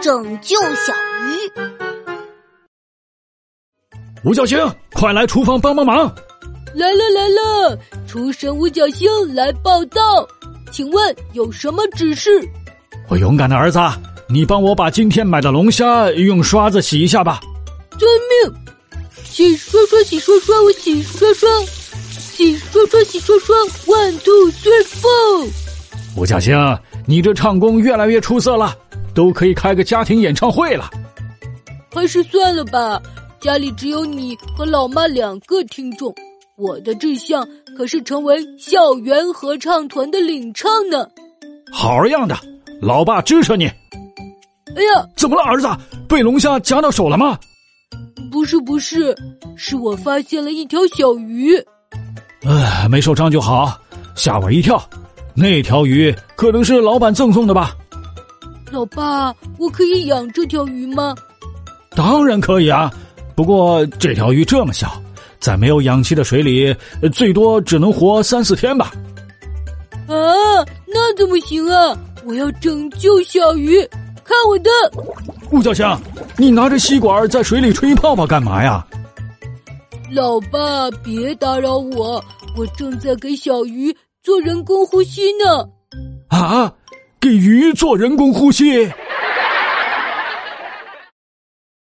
拯救小鱼。五角星，快来厨房帮帮忙！来了来了，厨神五角星来报道，请问有什么指示？我勇敢的儿子，你帮我把今天买的龙虾用刷子洗一下吧。遵命！洗刷刷，洗刷刷，我洗刷刷，洗刷刷，洗刷刷，one two three four。五角星，你这唱功越来越出色了，都可以开个家庭演唱会了。还是算了吧，家里只有你和老妈两个听众，我的志向可是成为校园合唱团的领唱呢。好样的，老爸支持你！哎呀，怎么了，儿子？被龙虾夹到手了吗？不是不是，是我发现了一条小鱼。唉，没受伤就好，吓我一跳。那条鱼可能是老板赠送的吧？老爸，我可以养这条鱼吗？当然可以啊，不过这条鱼这么小，在没有氧气的水里，呃最多只能活三四天吧。啊，那怎么行啊！我要拯救小鱼，看我的！吴小香，你拿着吸管在水里吹泡泡干嘛呀？老爸，别打扰我，我正在给小鱼做人工呼吸呢。啊，给鱼做人工呼吸？